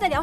哎聊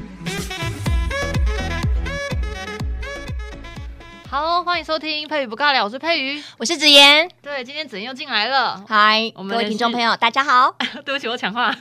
好，欢迎收听《佩瑜不尬聊》，我是佩瑜。我是子妍，对，今天子妍又进来了。嗨，哎我们各位的听是众朋友，大家好。 对不起，我抢话。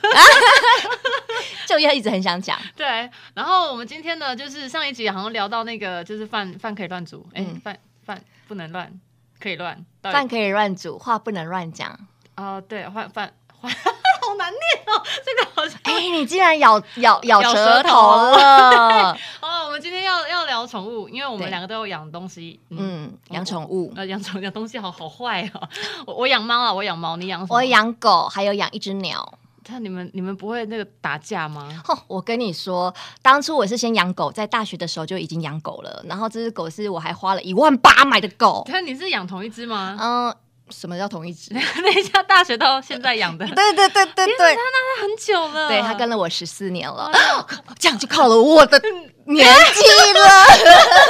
就要一直很想讲，对，然后我们今天呢，就是上一集好像聊到那个，就是饭饭可以乱煮，哎、嗯饭饭不能乱，可以乱。到底饭可以乱煮，话不能乱讲。啊、对，换饭换， 好难念哦，这个好 像。哎，你竟然咬咬咬咬舌舌头头 了！哦，我们今天要要聊宠物，因为我们对两个都有养东西。嗯，嗯，养宠物，呃，养宠养东西好好坏哦。我我养猫啊，我养猫，你养什么？我。养狗，还有养一只鸟。那你们你们不会那个打架吗？哦，我跟你说，当初我是先养狗，在大学的时候就已经养狗了。然后这只狗是我还花了一万八买的狗。但你是养同一只吗？嗯，什么叫同一只？那一下大学到现在养的 对对对对对，很久了。对它跟了我十四年了，这样就靠到了我的年纪了。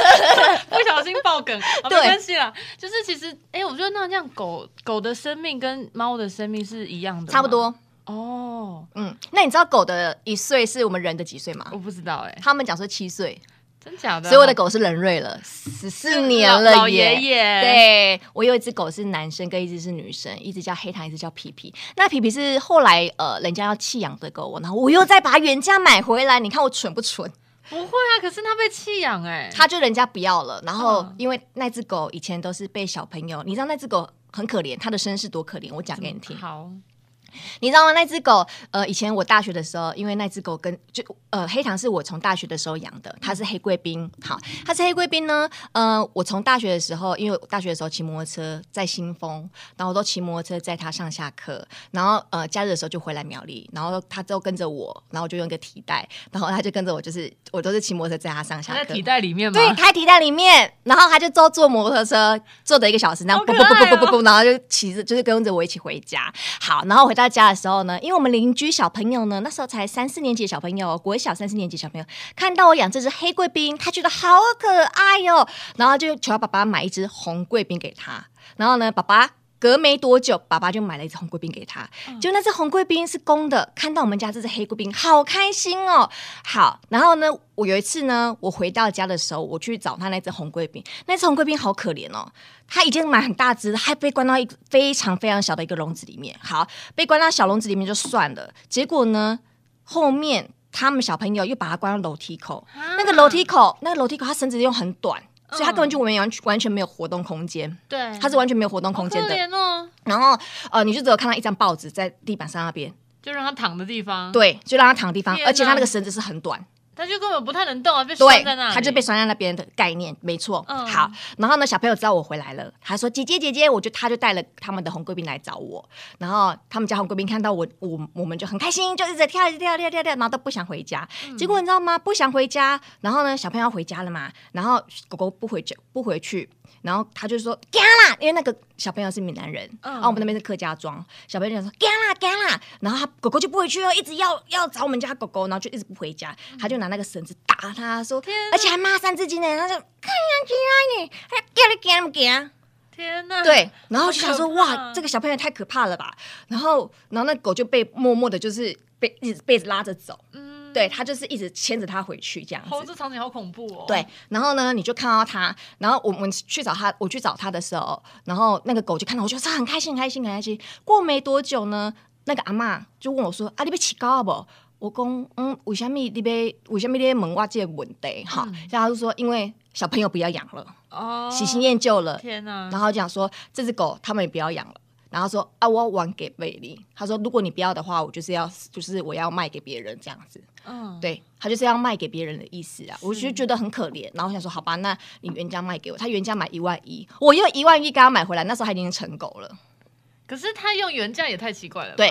不小心爆梗，好没对关系啦。就是其实，哎、我觉得那这样狗狗的生命跟猫的生命是一样的吗，差不多，哦。嗯，那你知道狗的一岁是我们人的几岁吗我？不知道哎、他们讲说七岁，真假的？所以我的狗是人瑞了，十是四年老了老耶。爷爷，，对我有一只狗是男生，跟一只是女生，一只叫黑糖，一只叫皮皮。那皮皮是后来呃人家要弃养的狗，然后我又再把它原价买回来，你看我蠢不蠢？不会啊。可是它被弃养哎，它就人家不要了，然后嗯因为那只狗以前都是被小朋友，你知道那只狗很可怜，它的身世多可怜，我讲给你听。好，你知道吗？那只狗，呃，以前我大学的时候，因为那只狗跟就呃黑糖是我从大学的时候养的，它是黑贵宾。好，它是黑贵宾呢，呃，我从大学的时候，因为我大学的时候骑摩托车在新丰，然后我都骑摩托车载它上下课，然后呃假日的时候就回来苗栗，然后它都跟着我，然后我就用一个提袋，然后它就跟着我，就是我都是骑摩托车载它上它下在课提。袋里面吗？对，它在提袋里面，然后它就坐坐摩托车，坐的一个小时，然后好可不爱不哦不不不不，然后就骑着，就是跟着我一起回家。好，然后回到家的时候呢，因为我们邻居小朋友呢，那时候才三四年级的小朋友，哦国小三四年级小朋友，看到我养这只黑贵宾，他觉得好可爱哟、然后就求他爸爸买一只红贵宾给他。然后呢，爸爸。隔没多久，爸爸就买了一只红贵宾给他。嗯就那只红贵宾是公的，看到我们家这只黑贵宾，好开心哦。好，然后呢，我有一次呢，我回到家的时候，我去找他那只红贵宾，那只红贵宾好可怜哦，它已经买很大只了，还被关到一个非常非常小的一个笼子里面。好，被关到小笼子里面就算了，结果呢，后面他们小朋友又把它关到楼梯口，啊那个楼梯口，那个楼梯口，它绳子又很短。所以它嗯根本就完完完全没有活动空间，对，它是完全没有活动空间好可的。怜哦，然后呃，你就只有看到一张报纸在地板上那边，就让它躺的地方，，对，就让它躺的地嗯方天，哪而且它那个绳子是很短，它就根本不太能动啊，被对拴在那，里，它就被拴在那边的概念，没错。嗯好，然后呢，小朋友知道我回来了，他说姐姐姐姐，我就他就带了他们的红贵宾来找我，然后他们家红贵宾看到我，我我们就很开心，就一直跳一直跳跳跳跳，然后都不想回家。嗯结果你知道吗？不想回家，然后呢，小朋友要回家了嘛，然后狗狗不回去不回去，然后他就说干啦，因为那个小朋友是闽南人，嗯啊，我们那边是客家庄，小朋友就说干啦干啦，然后他狗狗就不回去哦，一直要要找我们家狗狗，然后就一直不回家，他就拿那个绳子打他，说嗯天，哪而且还骂三字经呢，他就看上去啊你，他叫你干不干？天哪，对，然后就想说嗯好可怕哇，这个小朋友也太可怕了吧，然后然后那狗就被默默的就是被一直被拉着走，嗯，对他就是一直牵着他回去这样猴子。子场景好恐怖哦，对，然后呢，你就看到他，然后我们去找他，我去找他的时候，然后那个狗就看到我，就说很开心，很开心，很开心。过没多久呢，那个阿嬷就问我说：“啊，你被起高了不？”我讲：“嗯，为什么你被为什么你在问我这个问题？”哈、嗯然后他就说：“因为小朋友不要养了，哦，喜新厌旧了。天哪，然后讲说这只狗他们也不要养了。然后说啊，我晚给贝利。他说，如果你不要的话，我就是要，就是我要卖给别人这样子。嗯，对他就是要卖给别人的意思啊，我就觉得很可怜，然后我想说好吧，那你原价卖给我，他原价买一万一，我用一万一给他买回来，那时候他已经成狗了，可是他用原价也太奇怪了吧，对，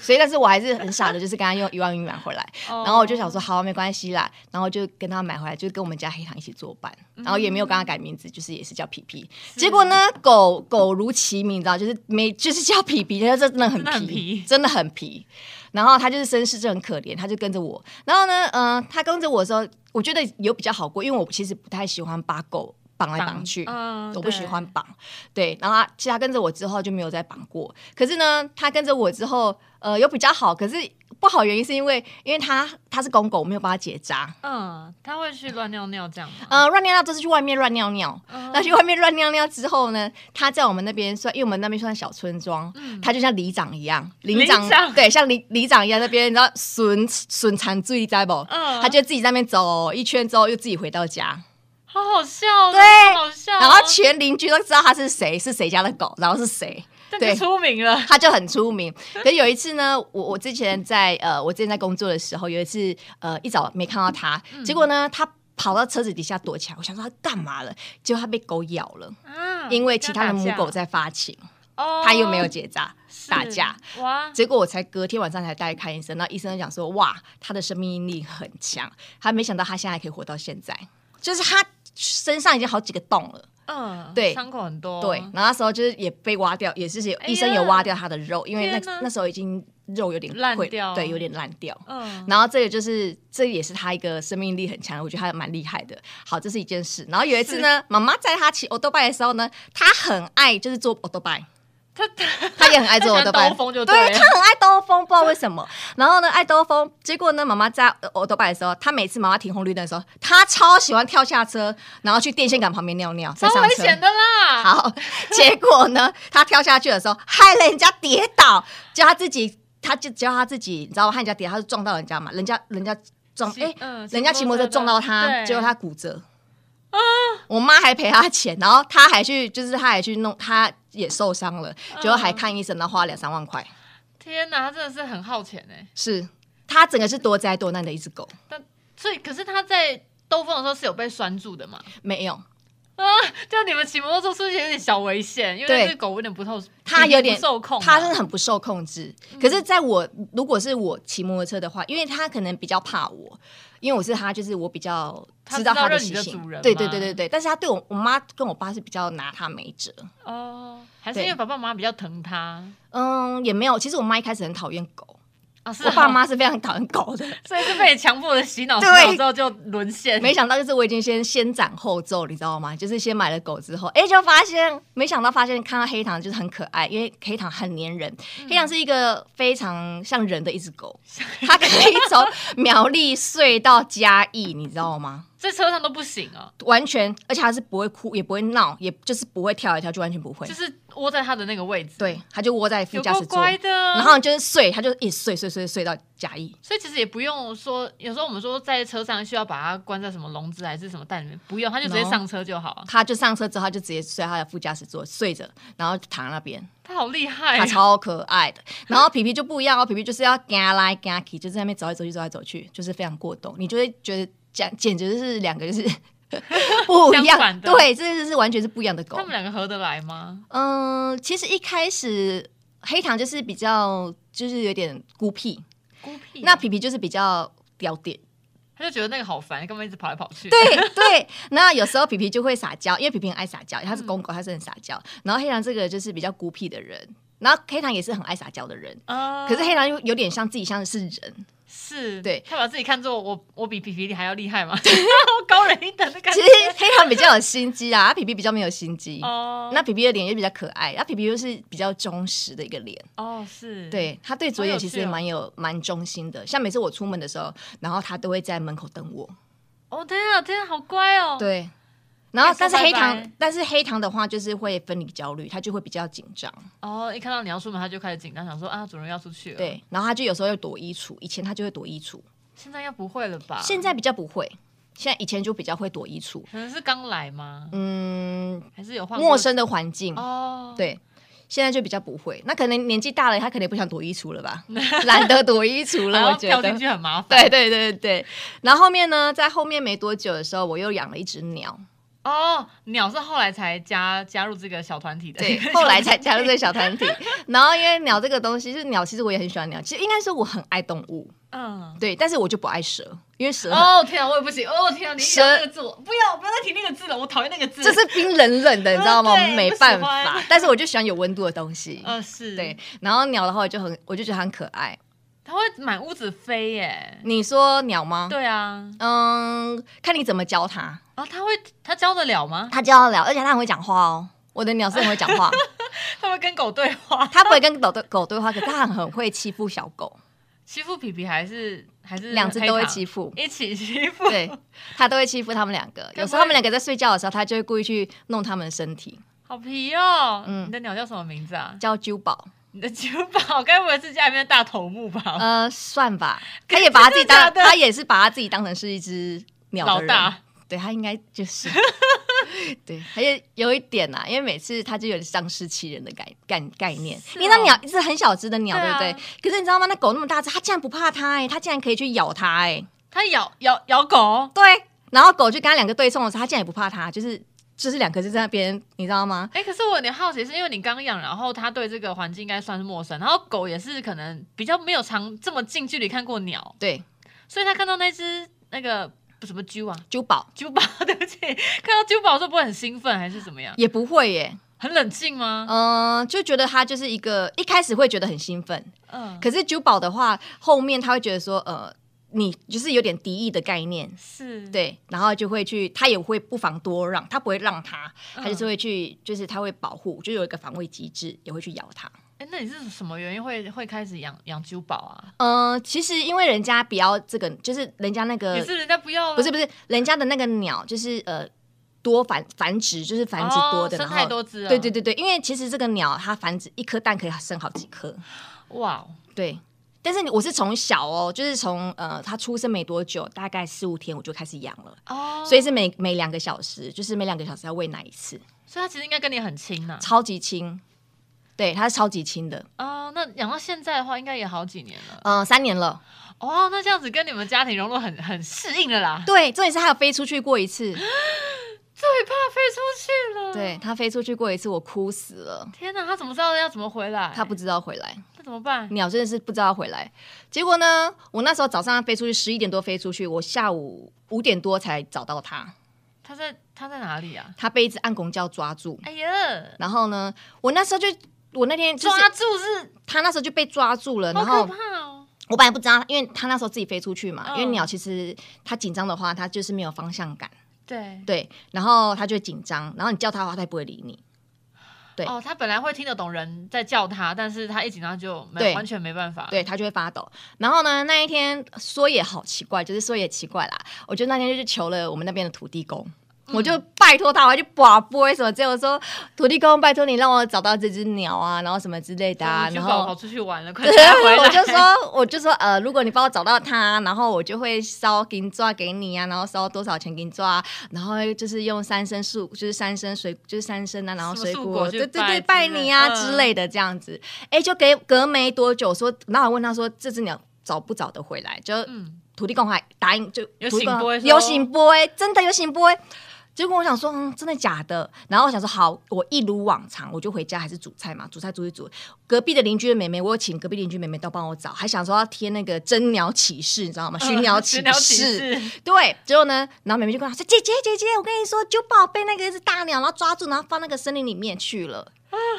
所以但是我还是很傻的，就是跟他用一万一买回来，哦然后我就想说好啊没关系啦，然后就跟他买回来，就跟我们家黑糖一起作伴，然后也没有跟他改名字，就是嗯也是叫皮皮，结果呢，狗狗如其名，你知道，就是没就是叫皮皮，它就真的很真的很皮真的很皮。然后他就是身世就很可怜，他就跟着我。然后呢，嗯、呃，他跟着我的时候，我觉得有比较好过，因为我其实不太喜欢把狗绑来绑去，嗯我不喜欢绑。对，然后他其实他跟着我之后就没有再绑过。可是呢，他跟着我之后，呃，有比较好，可是不好原因是因为因为他他是公狗，我没有帮他结扎。嗯，他会去乱尿尿这样吗？呃，乱尿尿都是去外面乱尿尿，嗯那去外面乱尿尿之后呢，他在我们那边算，因为我们那边算小村庄，他就像里长一样，里长嗯里长对，像里里长一样那边，你知道损损残醉，你知道不？嗯他就自己在那边走一圈之后，又自己回到家，好好笑，对真的好笑哦。然后全邻居都知道他是谁，是谁家的狗，然后是谁。但对就出名了，他就很出名。可是有一次呢，我我之前在呃，我之前在工作的时候，有一次呃一早没看到他，嗯结果呢他。跑到车子底下躲起来，我想说他干嘛了？结果他被狗咬了，啊嗯因为其他的母狗，在发情，他又没有结扎，打架。哦哇，结果我才隔天晚上才带去看医生，那医生就讲说，哇，他的生命力很强，他没想到他现在还可以活到现在，就是他身上已经好几个洞了。嗯，对伤口很多，对，然后那时候就是也被挖掉，也是有哎呀医生有挖掉他的肉，因为那天哪那时候已经肉有点烂溃掉对，有点烂掉。嗯，然后这个就是，这也是他一个生命力很强，我觉得他蛮厉害的。好，这是一件事。然后有一次呢，妈妈载他骑 o 多拜的时候呢，他很爱就是坐 o 多拜，他他 他也很爱坐 o 他喜欢多拜，兜风就对对了他很爱兜风，不知道为什么。然后呢，爱兜风，结果呢，妈妈在呃 o 多拜的时候，他每次妈妈停红绿灯的时候，他超喜欢跳下车，然后去电线杆旁边尿尿，再超上危车险。的啦，好，啊 结果呢，他跳下去的时候害人家跌倒，叫他自己，他就叫他自己，你知道吗？害人家跌倒，他是撞到人家嘛，人家人家撞，骑，哎、嗯人家骑摩托车撞到他，对结果他骨折。我妈还赔他钱，然后他还去，就是他还去弄，他也受伤了，结果还看医生，然后花了两三万块。天哪，他真的是很耗钱哎，是，他整个是多灾多难的一只狗，但所以可是他在兜风的时候是有被拴住的嘛？没有，啊，这样你们骑摩托车出现有点小危险，因为对那只狗有点不透，它有点不受控啊，嗯它是很不受控制。可是，在我如果是我骑摩托车的话，因为它可能比较怕我，因为我是它，就是我比较它知道知道它的认你习的性主。人对对嘛对对对，但是它对我我妈跟我爸是比较拿它没辙。哦，还是对因为爸爸妈妈比较疼他嗯，也没有。其实我妈一开始很讨厌狗，啊，是我哦爸，妈是非常讨厌狗的。所以是被你强迫的洗脑，洗对脑之后就沦陷，没想到就是我已经先先斩后奏，你知道吗？就是先买了狗之后，哎、就发现 没想到发现看到黑糖就是很可爱，因为黑糖很粘人，嗯黑糖是一个非常像人的一只狗，它可以从苗栗睡到嘉义，你知道吗？在车上都不行哦，完全，而且它是不会哭，也不会闹，也就是不会跳来跳去，完全不会就。是窝在他的那个位置，，对，它就窝在副有驾够驶座，乖的。然后就是睡，它就一直睡睡睡睡到嘉义。所以其实也不用说，有时候我们说在车上需要把它关在什么笼子还是什么袋里面，不用，它就直接 No 上车就好。啊它就上车之后，它就直接睡它的副驾驶座，睡着，然后躺在那边。它好厉害啊它，超可爱的。然后皮皮就不一样哦，皮皮就是要嘎来嘎去，就在那边走来走去，走来走去，就是非常过动。你就会觉得简简直是两个就是 不一相样，反的对，这就是完全是不一样的狗他。们两个合得来吗？嗯，其实一开始黑糖就是比较就是有点孤僻，孤僻，啊那皮皮就是比较屌点。他就觉得那个好烦，干嘛一直跑来跑去？对对，那有时候皮皮就会撒娇，因为皮皮很爱撒娇，嗯他是公狗，他是很撒娇。然后黑糖这个就是比较孤僻的人，然后黑糖也是很爱撒娇的人，啊，可是黑糖又有点像自己像是人，是对他把自己看作我，我比皮皮还要厉害吗？ 我高人一等的 感其觉实。黑糖比较有心机啊，皮皮比较没有心机。哦，那皮皮的脸又比较可爱，那皮皮又是比较忠实的一个脸，哦是，，对他对左眼其实好有也趣哦蛮有蛮忠心的。像每次我出门的时候，然后他都会在门口等我。哦天啊天啊，好乖哦。，对，然后说但是黑拜糖拜，但是黑糖的话就是会分离焦虑，他就会比较紧张。哦一看到你要出门，他就开始紧张，想说啊主人要出去了。，对，然后他就有时候会躲衣橱，以前他就会躲衣橱，现在应该不会了吧？现在比较不会，现在以前就比较会躲衣橱。可能是刚来吗？嗯，还是有换过陌生的环境，哦？对，现在就比较不会。那可能年纪大了，他可能也不想躲衣橱了吧， 懒得躲衣橱然了，后我觉跳进得。去很麻烦。对对对对，然后后面呢，在后面没多久的时候，我又养了一只鸟，哦，鸟是后来才加加入这个小团体的， 对，后来才加入这个小团体。然后因为鸟这个东西，就是鸟，其实我也很喜欢鸟，其实应该说我很爱动物，嗯。对，但是我就不爱蛇，因为蛇很哦天啊，我也不行！哦天啊，你一呃蛇讲那个字，我不要，不要再提那个字了，我讨厌那个字。就是冰冷冷的，你知道吗？嗯对没不喜办欢 法，但是我就喜欢有温度的东西。呃，是对，，然后鸟的话，我就很，我就觉得它很可爱。它会满屋子飞耶。你说鸟吗？对啊，嗯，看你怎么教它，然后它会，它教得了 吗？它教得了，而且它很会讲话哦。我的鸟是很会讲 话，它会跟狗对话？它不会跟狗对狗对话，可是它很会欺负小狗，欺负皮皮还是还是两只都会欺负，负。一起欺负。对，它都会欺负它们两个。 有时候它们两个在睡觉的时候，它就会故意去弄它们的身体，好皮哦。嗯你的鸟叫什么名字啊？叫揪宝。你的酒保该不会是家里面的大头目吧？呃，算吧， 他也把他自己当，真的假的他也是把他自己当成是一只鸟的老人大，对他应该 就是，对，而且有一点呐、因为每次他就有点仗势欺人的概概概念，是因为那哦鸟一只很小只的鸟，对对啊不啊对？可是你知道吗？那狗那么大只，它竟然不怕它，哎，它竟然可以去咬它，哎，它咬咬咬狗， 对，然后狗去跟它两个对冲的时候，它竟然也不怕它，就是就是两个就在那边，你知道吗？哎、可是我有点好奇，是因为你刚养，然后它对这个环境应该算是陌生，然后狗也是可能比较没有常这么近距离看过鸟，对，所以它看到那只那个不什么鸠啊，珠宝鸠宝，对不起，看到鸠宝的时候不会很兴奋还是怎么样？也不会耶，很冷静吗？嗯、就觉得它就是一个一开始会觉得很兴奋，嗯，呃可是珠宝的话，后面他会觉得说，呃，你就是有点敌意的概念，是，对，然后就会去，他也会不妨多让，他不会让他，嗯他就是会去，就是他会保护，就有一个防卫机制，也会去咬它。哎、那你是什么原因会会开始养养鸠宝啊？嗯、其实因为人家比较这个，就是人家那个也是人家不要了，呃啊不是不是，人家的那个鸟就是呃多繁繁殖，就是繁殖多的，哦、生然太后多只了，对对对对，因为其实这个鸟它繁殖一颗蛋可以生好几颗，哇哦，对，但是你我是从小哦，就是从呃他出生没多久，大概四五天我就开始养了，哦，所以是每每两个小时，就是每两个小时要喂奶一次，所以它其实应该跟你很亲呐、超级轻。对，它是超级轻的，哦，那养到现在的话，应该也好几年了。嗯、三年了。哦，那这样子跟你们家庭融入很很适应了啦。对，重点是它有飞出去过一次，最怕飞出去了。，对，它飞出去过一次，我哭死了，天哪，他怎么知道要怎么回来？它不知道回来。那怎么办？鸟真的是不知道回来。结果呢，我那时候早上飞出去，十一点多飞出去，我下午五点多才找到它。他在他在哪里啊？它被一只暗公鹩抓住，哎呀，然后呢，我那时候就，我那天就是抓住是，它那时候就被抓住了，好然可后怕哦。我本来不知道，因为它那时候自己飞出去嘛，嗯因为鸟其实它紧张的话，它就是没有方向感，对，对，然后它就会紧张，然后你叫它的话，它也不会理你，对哦，他本来会听得懂人在叫他，但是他一紧张就没对完全没办法。，对，它就会发抖。然后呢，那一天说也好奇怪，就是说也奇怪啦，我就那天就去求了我们那边的土地公。我就拜托他，我还去把播什么之类，我说土地公，拜托你让我找到这只鸟啊，然后什么之类的啊，就然宝后跑出去玩 了，快对，点回来。我就说，我就说，呃，如果你帮我找到他，然后我就会烧给你抓给你啊，然后烧多少钱给你抓、啊，然后就是用三生素，就是三生水，就是三生啊，然后什么水素果，果去对对拜对，拜之类你啊嗯之类的这样子。哎、就给隔没多久说，然后我问他说，这只鸟找不找得回来？就、 嗯，土地公还答应，就有土地公醒波说有醒波哎、真的有醒波哎、结果我想说，嗯，真的假的？然后我想说，好，我一如往常，我就回家还是煮菜嘛，煮菜煮一煮。隔壁的邻居的妹妹，我有请隔壁邻居妹妹都帮我找，还想说要贴那个真鸟启事，你知道吗？寻 鸟嗯启寻鸟启事。事，对，结果呢，然后妹妹就跟我说：“姐姐，姐姐，我跟你说，九宝被那个是大鸟，然后抓住，然后放那个森林里面去了，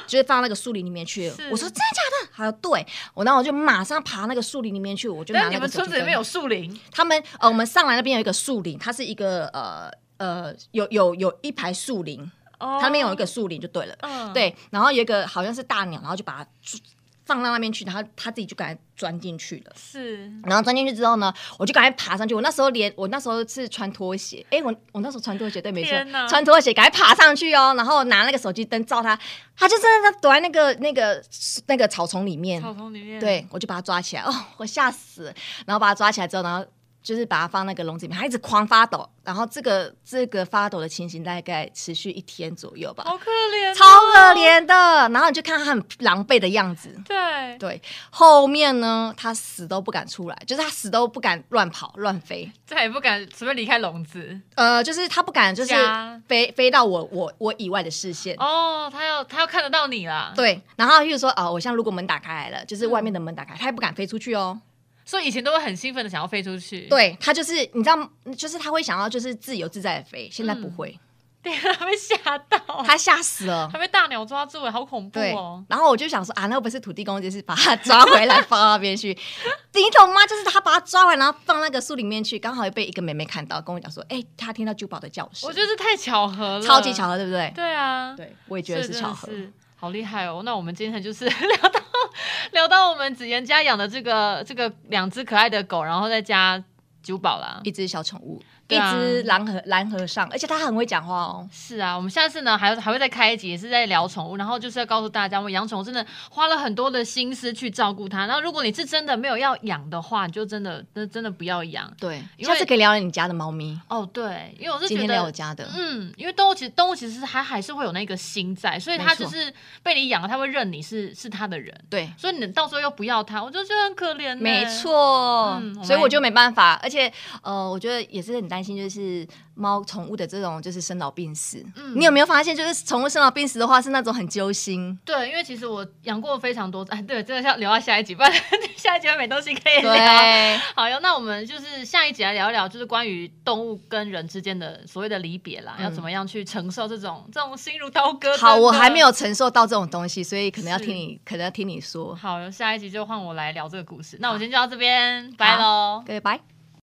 就是放那个树林里面去了啊是。”我说：“真的假的？”她说：“对。”我然后我就马上爬那个树林里面去，我就拿但你那个们手村机子里灯面有树林，他们呃，我们上来那边有一个树林，它是一个呃呃，有有有一排树林，哦它那边有一个树林就对了。嗯，对，然后有一个好像是大鸟，然后就把它抓放到那边去，然后它自己就赶快钻进去了。是然后钻进去之后呢，我就赶快爬上去。我那时候连我那时候是穿拖鞋，诶，我我那时候穿拖鞋，对，没错天哪，穿拖鞋赶快爬上去哦。然后拿那个手机灯照它，它就真的躲在那个那个那个草丛里面，草丛里面，，对，我就把它抓起来，哦，我吓死了。然后把它抓起来之后，然后就是把它放那个笼子里面，它一直狂发抖。然后这个这个发抖的情形大概持续一天左右吧，好可怜哦，超可怜的。然后你就看它很狼狈的样子。对，对，后面呢，它死都不敢出来，就是它死都不敢乱跑、乱飞。再也不敢随便离开笼子。呃，就是它不敢，就是家飞飞到我我我以外的视线。哦，他要他要看得到你啦。，对，然后它就说，哦，我像如果门打开来了，就是外面的门打开，它也不敢飞出去哦。所以以前都会很兴奋的想要飞出去。，嗯对他就是你知道，就是他会想要就是自由自在的飞，现在不会。对，他 被吓到，他吓死了。他被大鸟抓住，哎，好恐哦怖对哦，！然后我就想说啊，那不是土地公，就是把他抓回来放到那边去， 你懂吗？就是他把他抓回来，然后放那个树里面去，刚好被一个妹妹看到，跟我讲说，哎、她听到珠宝的叫声，我觉得这太巧合了，超级巧合，对不对？对啊，对，我也觉得是是巧合真。的是嗯好厉害哦！那我们今天就是 聊到聊到我们子妍家养的这个这个两只可爱的狗，然后再加珠宝啦。一只小宠物，对啊一只蓝和蓝和尚，而且它很会讲话哦。是啊，我们下次呢还还会再开一集，也是在聊宠物，然后就是要告诉大家，我们养宠物真的花了很多的心思去照顾它。那如果你是真的没有要养的话，你就真的真真的不要养。对，因为下次可以聊聊你家的猫咪。哦，对，因为我是今觉天聊我得。家的，嗯，因为动物其实动物其实它还是会有那个心在，所以它没就错是被你养了，它会认你是是它的人。对，所以你到时候又不要它，我就觉得很可怜、没，错嗯我们，所以我就没办法。而且，呃，我觉得也是很担心，就是猫宠物的这种就是生老病死。嗯你有没有发现，就是宠物生老病死的话，是那种很揪 心。对，因为其实我养过非常多，哎， 对，这个要留到下一集，不然下一集没东西可以聊。对，好哟，那我们就是下一集来聊一聊，就是关于动物跟人之间的所谓的离别啦，嗯要怎么样去承受这种这种心如刀割。好，真的我还没。有承受到这种东西，所以可能要是听你，可能要听你说。好，下一集就换我来聊这个故事。那我今天就到这边，拜喽。各位，拜。